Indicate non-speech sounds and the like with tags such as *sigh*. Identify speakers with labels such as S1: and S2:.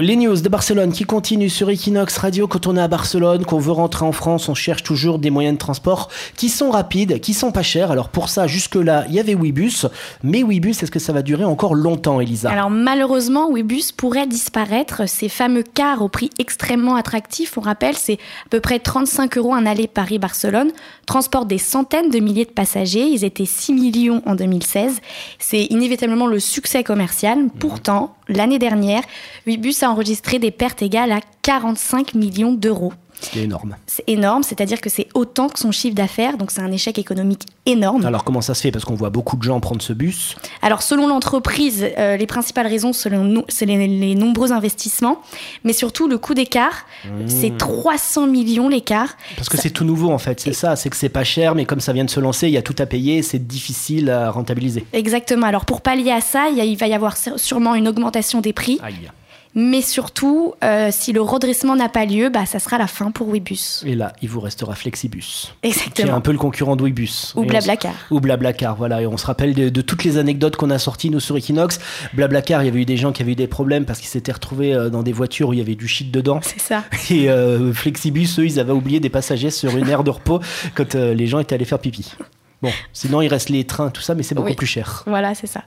S1: Les news de Barcelone qui continuent sur Equinox Radio. Quand on est à Barcelone, qu'on veut rentrer en France, on cherche toujours des moyens de transport qui sont rapides, qui sont pas chers. Alors pour ça, jusque-là, il y avait Webus. Mais Webus, est-ce que ça va durer encore longtemps, Elisa
S2: Alors malheureusement, Webus pourrait disparaître. Ces fameux cars au prix extrêmement attractif, on rappelle, c'est à peu près 35 euros un aller Paris-Barcelone, transportent des centaines de milliers de passagers. Ils étaient 6 millions en 2016. C'est inévitablement le succès commercial. Pourtant, l'année dernière, Webus a enregistré des pertes égales à 45 millions d'euros.
S1: C'est énorme.
S2: C'est énorme, c'est-à-dire que c'est autant que son chiffre d'affaires, donc c'est un échec économique énorme.
S1: Alors comment ça se fait Parce qu'on voit beaucoup de gens prendre ce bus.
S2: Alors selon l'entreprise, euh, les principales raisons, selon nous, c'est les, les nombreux investissements, mais surtout le coût d'écart,
S1: Mmh.
S2: c'est 300 millions l'écart.
S1: Parce que c'est tout nouveau en fait, c'est ça. C'est que c'est pas cher, mais comme ça vient de se lancer, il y a tout à payer, c'est difficile à rentabiliser.
S2: Exactement, alors pour pallier à ça, il, y a- il va y avoir sûrement une augmentation des prix,
S1: Aïe.
S2: mais surtout, euh, si le redressement n'a pas lieu, bah, ça sera la fin pour Webus.
S1: Et là, il vous restera Flexibus, qui est
S2: Exactement.
S1: un peu le concurrent de Webus. Et on
S2: Ou
S1: s-
S2: Blablacar.
S1: Ou Blablacar, voilà. Et on se rappelle de, de toutes les anecdotes qu'on a sorties, nous, sur Equinox. Blablacar, il y avait eu des gens qui avaient eu des problèmes parce qu'ils s'étaient retrouvés euh, dans des voitures où il y avait du shit dedans. *laughs*
S2: C'est ça.
S1: Et euh, Flexibus, eux, ils avaient oublié des passagers sur une aire de repos quand euh, les gens étaient allés faire pipi. Bon, sinon, il reste les trains, tout ça, mais c'est beaucoup
S2: Oui.
S1: plus cher.
S2: Voilà, c'est ça.